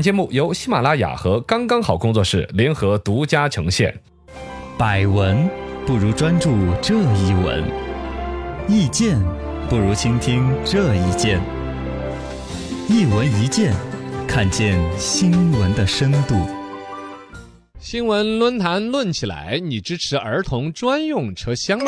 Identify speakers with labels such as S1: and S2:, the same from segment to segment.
S1: 节目由喜马拉雅和刚刚好工作室联合独家呈现。
S2: 百闻不如专注这一闻，意见不如倾听这一见。一闻一见，看见新闻的深度。
S3: 新闻论坛论起来，你支持儿童专用车厢吗？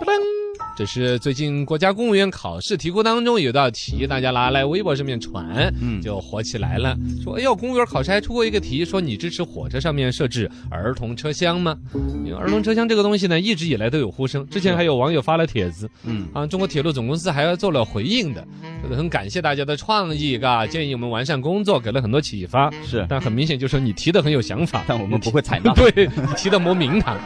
S3: 噔噔这是最近国家公务员考试题库当中有道题，大家拿来微博上面传，
S2: 嗯
S3: 就火起来了。说，哎呦，公务员考试还出过一个题，说你支持火车上面设置儿童车厢吗？因为儿童车厢这个东西呢，一直以来都有呼声。之前还有网友发了帖子，
S2: 嗯
S3: 啊，中国铁路总公司还做了回应的，就是很感谢大家的创意，
S2: 嗯
S3: 嘎，建议我们完善工作，给了很多启发。
S2: 是
S3: 但很明显就是说你提的很有想法，
S2: 嗯但我们不会采纳。
S3: 对，提到磨名堂，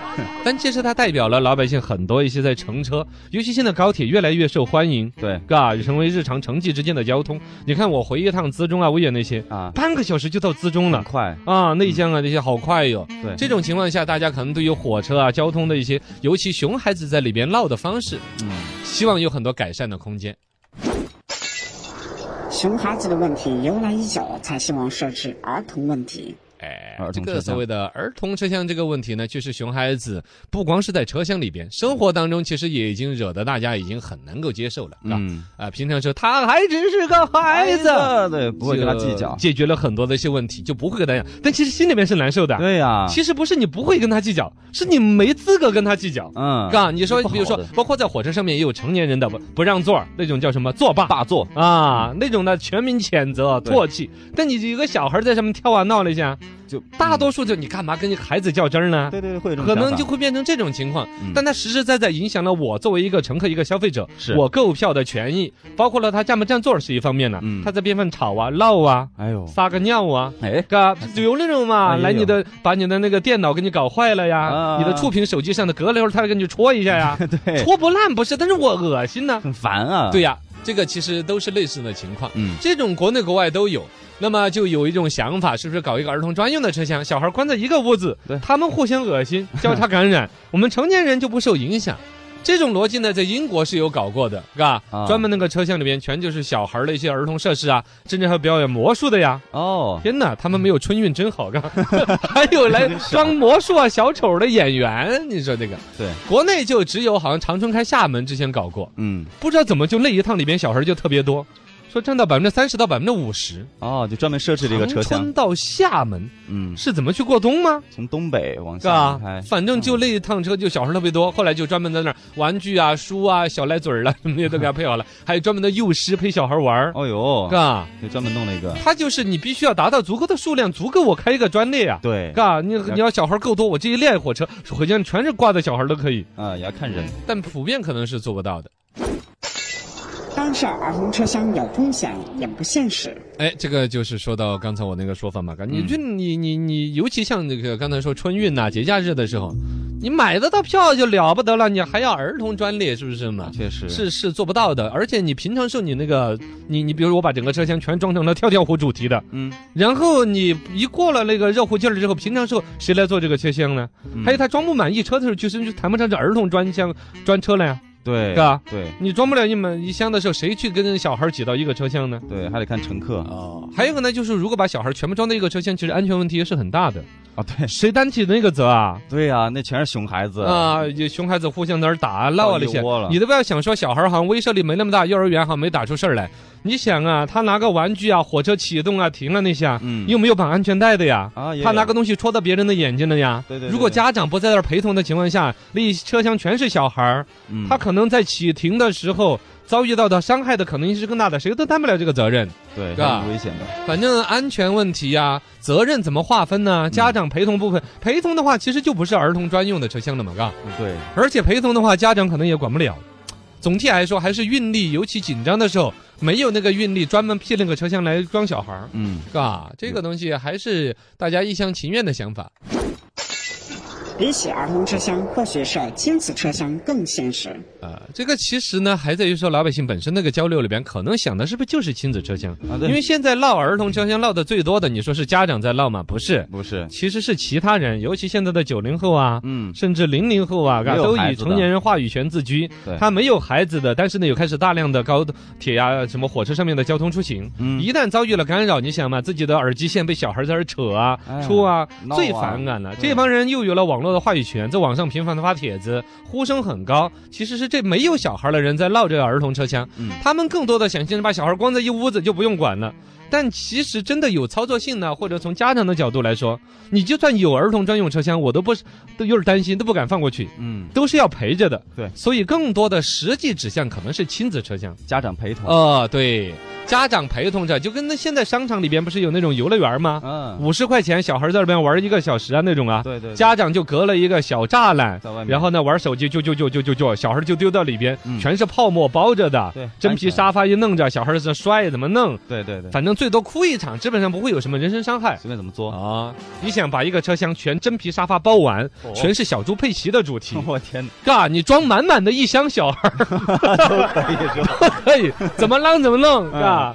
S3: 但其实它代表了老百姓很多一些在乘车，尤其现在高铁越来越受欢迎，
S2: 对
S3: 嘎，也成为日常城际之间的交通。你看我回一趟资中啊、威远那些，
S2: 啊，
S3: 半个小时就到资中
S2: 很
S3: 了。
S2: 快。
S3: 啊，内江啊，这些好快哟！
S2: 嗯对
S3: 这种情况下，大家可能对于火车啊、交通的一些，尤其熊孩子在里边闹的方式，
S2: 嗯
S3: 希望有很多改善的空间。
S4: 熊孩子的问题由来已久，才希望设置儿童问题。
S3: 哎
S2: 儿，
S3: 这
S2: 童车
S3: 个所
S2: 厢
S3: 谓的儿童车厢这个问题呢，确实熊孩子不光是在车厢里边，生活当中其实也已经惹得大家已经很能够接受了，是吧？
S2: 嗯，哎
S3: 啊，平常说他还只是个孩子，
S2: 对，不会跟他计较
S3: 就。解决了很多的一些问题，就不会跟他讲，但其实心里面是难受的。
S2: 对啊呀，
S3: 其实不是你不会跟他计较，是你没资格跟他计较。
S2: 嗯，
S3: 啊，你说
S2: 不，好
S3: 比如说
S2: 的，
S3: 包括在火车上面也有成年人的不不让座儿那种叫什么作霸
S2: 霸座
S3: 啊，那种的全民谴责
S2: 对
S3: 唾弃。但你有个小孩在上面跳啊闹了一下，
S2: 就
S3: 大多数就你干嘛跟孩子较真儿呢？
S2: 对对对，会有这种
S3: 可能
S2: 想法
S3: 就会变成这种情况
S2: 嗯，
S3: 但它实实在在影响了我作为一个乘客、一个消费者
S2: 是，
S3: 我购票的权益，包括了他占不占座儿是一方面呢
S2: 嗯，
S3: 他在边上吵啊、闹啊、
S2: 哎呦，
S3: 撒个尿啊，
S2: 哎，
S3: 嘎，有那种嘛，
S2: 啊也
S3: 来你
S2: 有
S3: 的把你的那个电脑给你搞坏了呀
S2: 啊，
S3: 你的触屏手机上的隔了一会儿，他给你戳一下呀，
S2: 对，
S3: 戳不烂不是，但是我恶心呢。
S2: 很烦 啊。
S3: 对，呀，这个其实都是类似的情况，
S2: 嗯
S3: 这种国内国外都有。那么就有一种想法，是不是搞一个儿童专用的车厢？小孩关在一个屋子
S2: 对，
S3: 他们互相恶 心，交叉感染，我们成年人就不受影响。这种逻辑呢，在英国是有搞过的，是吧？
S2: 啊
S3: 专门那个车厢里边全就是小孩的一些儿童设施啊，甚至还有表演魔术的呀。
S2: 哦，
S3: 天哪，他们没有春运真 好干，还有来装魔术啊、小丑的演员，你说这个？
S2: 对，
S3: 国内就只有好像长春开厦门之前搞过，
S2: 嗯，
S3: 不知道怎么就那一趟里边小孩就特别多，说占到百分之三十到百分之五十。
S2: 哦，就专门设置了一个车
S3: 长
S2: 厢
S3: 春。到厦门
S2: 嗯，
S3: 是怎么去过冬吗？
S2: 从东北往
S3: 是
S2: 下
S3: 吧
S2: 开？。嗯
S3: 反正就那一趟车就小孩特别多，后来就专门在那儿玩具啊、书啊、小奶嘴儿了什么的都给他配好了，还有专门的幼师陪小孩玩儿，
S2: 哦呦
S3: 是，吧？
S2: 就专门弄了一个。
S3: 他就是你必须要达到足够的数量，足够我开一个专列啊。
S2: 对，
S3: 嘎，你你要小孩够多，我这一列火车火箭全是挂的小孩都可以，
S2: 啊，也要看人。
S3: 但普遍可能是做不到的。
S4: 单设儿童车厢有风险，也不现实。
S3: 哎，这个就是说到刚才我那个说法嘛，嘎，你
S2: 嗯
S3: 就你你你，尤其像这个刚才说春运呐、啊节假日的时候，你买得到票就了不得了，你还要儿童专列，是不是嘛？
S2: 确实
S3: 是是做不到的，而且你平常时候你那个你你比如我把整个车厢全装成了跳跳虎主题的，
S2: 嗯，
S3: 然后你一过了那个热乎劲儿之后，平常时候谁来做这个车厢呢？
S2: 嗯
S3: 还有他装不满一车的时候，就是就谈不上这儿童专厢专车了呀，
S2: 对
S3: 是，吧？
S2: 对
S3: 你装不了一满一箱的时候，谁去跟小孩儿挤到一个车厢呢？
S2: 对，还得看乘客
S3: 哦，还有一个呢，就是如果把小孩儿全部装在一个车厢，其实安全问题是很大的，
S2: 啊。对，
S3: 谁担起那个责啊？
S2: 对呀，那全是熊孩子
S3: 啊，也熊孩子互相在那儿打啊闹啊
S2: 到
S3: 那
S2: 一
S3: 些
S2: 窝了，
S3: 你都不要想说小孩儿好像威慑力没那么大，幼儿园好像没打出事儿来。你想啊，他拿个玩具啊，火车启动啊、停啊那些啊，
S2: 嗯
S3: 有没有绑安全带的哎呀？
S2: 啊，也
S3: 他
S2: 有
S3: 拿个东西戳到别人的眼睛了呀。
S2: 对对对对
S3: 如果家长不在那儿陪同的情况下，那一车厢全是小孩儿，
S2: 嗯
S3: 他可能在启停的时候遭遇到的伤害的可能性是更大的，谁都担不了这个责任。
S2: 对，
S3: 是吧
S2: 很危险的。
S3: 反正安全问题呀、责任怎么划分呢？家长陪同部分，陪同的话其实就不是儿童专用的车厢了嘛，嘎。
S2: 嗯对，
S3: 而且陪同的话，家长可能也管不了。总体来说，还是运力尤其紧张的时候，没有那个运力专门辟那个车厢来装小孩儿，
S2: 嗯，
S3: 嘎，这个东西还是大家一厢情愿的想法。
S4: 比起儿童车厢，或许是亲子车厢更现实。
S3: 啊，这个其实呢，还在于说老百姓本身那个交流里边，可能想的是不是就是亲子车厢？
S5: 啊对
S3: 因为现在闹儿童车厢闹的最多的，你说是家长在闹吗？不是，
S5: 不是，
S3: 其实是其他人，尤其现在的九零后啊，
S5: 嗯，
S3: 甚至零零后啊，
S5: 没有
S3: 都
S5: 孩
S3: 以
S5: 子的
S3: 成年人话语权自居
S5: 对。
S3: 他没有孩子的，但是呢，又开始大量的高铁呀、什么火车上面的交通出行。
S5: 嗯
S3: 一旦遭遇了干扰，你想嘛，自己的耳机线被小孩在这儿扯啊
S5: 哎、呀
S3: 戳啊，
S5: 闹啊
S3: 最反感了。
S5: 对
S3: 这帮人又有了网络的话语权，在网上频繁的发帖子，呼声很高。其实是这没有小孩的人在闹这个儿童车厢
S5: 嗯，
S3: 他们更多的想先把小孩关在一屋子就不用管了。但其实真的有操作性呢，或者从家长的角度来说，你就算有儿童专用车厢，我都不是都有点担心，都不敢放过去，
S5: 嗯，
S3: 都是要陪着的。
S5: 对
S3: 所以更多的实际指向可能是亲子车厢。
S5: 家长陪同，
S3: 哦，对，家长陪同着，就跟那现在商场里边不是有那种游乐园吗？
S5: 嗯，
S3: 五十块钱，小孩在里边玩一个小时啊那种啊。
S5: 对对，对
S3: 家长就隔了一个小栅栏
S5: 在外，面
S3: 然后呢玩手机，就就就就就就，小孩就丢到里边，
S5: 嗯
S3: 全是泡沫包着的，
S5: 对
S3: 真皮
S5: 安全
S3: 沙发一弄着，小孩儿在摔怎么弄？
S5: 对对对，
S3: 反正最多哭一场，基本上不会有什么人身伤害。
S5: 随便怎么作，
S3: 啊！你想把一个车厢全真皮沙发包完，
S5: 哦，
S3: 全是小猪佩奇的主题
S5: 哦我天哪，
S3: 嘎，你装满满的一箱小孩儿
S5: 都可以说，
S3: 可 以，怎么浪怎么弄，嘎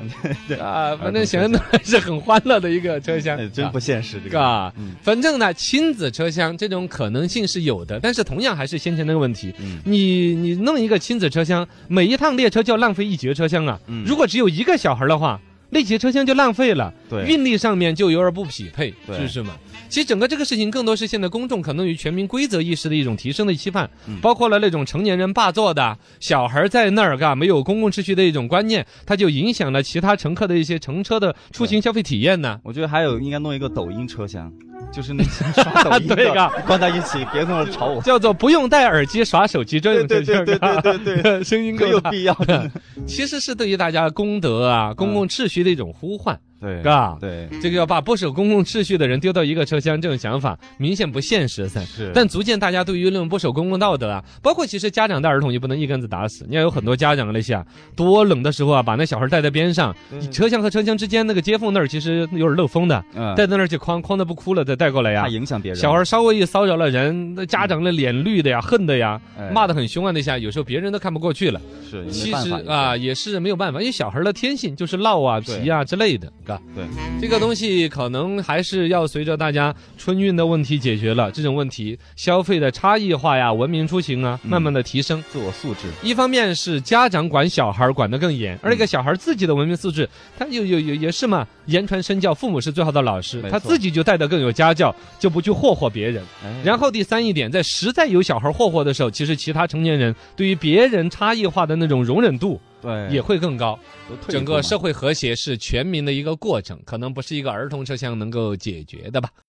S5: 嗯，
S3: 啊，反正显得是很欢乐的一个车厢
S5: 哎，真不现实这个，
S3: 嘎啊
S5: 嗯。
S3: 反正呢，亲子车厢这种可能性是有的，但是同样还是先前那个问题，
S5: 嗯
S3: 你你弄一个亲子车厢，每一趟列车就要浪费一节车厢啊。
S5: 嗯
S3: 如果只有一个小孩的话，那节车厢就浪费了，
S5: 对
S3: 运力上面就有点不匹配，
S5: 对
S3: 是不是嘛？其实整个这个事情更多是现在公众可能与全民规则意识的一种提升的期盼，
S5: 嗯
S3: 包括了那种成年人霸座的小孩在那儿啊嘎没有公共秩序的一种观念，它就影响了其他乘客的一些乘车的出行消费体验呢。
S5: 我觉得还有应该弄一个抖音车厢，就 是那些刷抖音
S3: 对啊
S5: 的
S3: 嘎
S5: 关在一起，别跟我吵 我。
S3: 叫做不用戴耳机耍手机这
S5: 对
S3: 种
S5: 对对对对对 对，
S3: 对， 声音
S5: 很有
S3: 够大。
S5: 必嗯要，真的。
S3: 其实是对于大家公德啊、公共秩序的一种呼唤，
S5: 对
S3: 嘎。
S5: 对，
S3: 这个要把不守公共秩序的人丢到一个车厢，这种想法明显不现实噻。
S5: 是
S3: 但足见大家对于那种不守公共道德啊，包括其实家长带儿童也不能一竿子打死。你看有很多家长那些啊，多冷的时候啊，把那小孩带在边上，车厢和车厢之间那个接缝那儿其实有点漏风的，
S5: 嗯，哎
S3: 带到那儿就哐哐的不哭了，再带过来呀
S5: 怕。影响别人。
S3: 啊小孩稍微一骚扰了人，那家长那脸绿的呀，恨的呀，
S5: 哎
S3: 骂得很凶啊那下，有时候别人都看不过去了。
S5: 是
S3: 其
S5: 没办
S3: 实
S5: 法
S3: 啊，，也是没有办法，因为小孩儿的天性就是闹啊、
S5: 对
S3: 皮啊之类的，嘎。
S5: 对，
S3: 这个东西可能还是要随着大家春运的问题解决了，这种问题消费的差异化呀、文明出行啊，
S5: 嗯
S3: 慢慢的提升。
S5: 自我素质。
S3: 一方面是家长管小孩儿管得更严，而
S5: 嗯
S3: 那个小孩儿自己的文明素质，他有有有也是嘛，言传身教，父母是最好的老师
S5: 没，错
S3: 他自己就带得更有家教，就不去霍霍别人。
S5: 哎
S3: 然后第三一点，在实在有小孩儿霍霍的时候，其实其他成年人对于别人差异化的那种容忍度
S5: 对
S3: 也会更高。
S5: 都退一步
S3: 整个
S5: 嘛
S3: 社会和谐是全民的一个过程，可能不是一个儿童车厢能够解决的吧。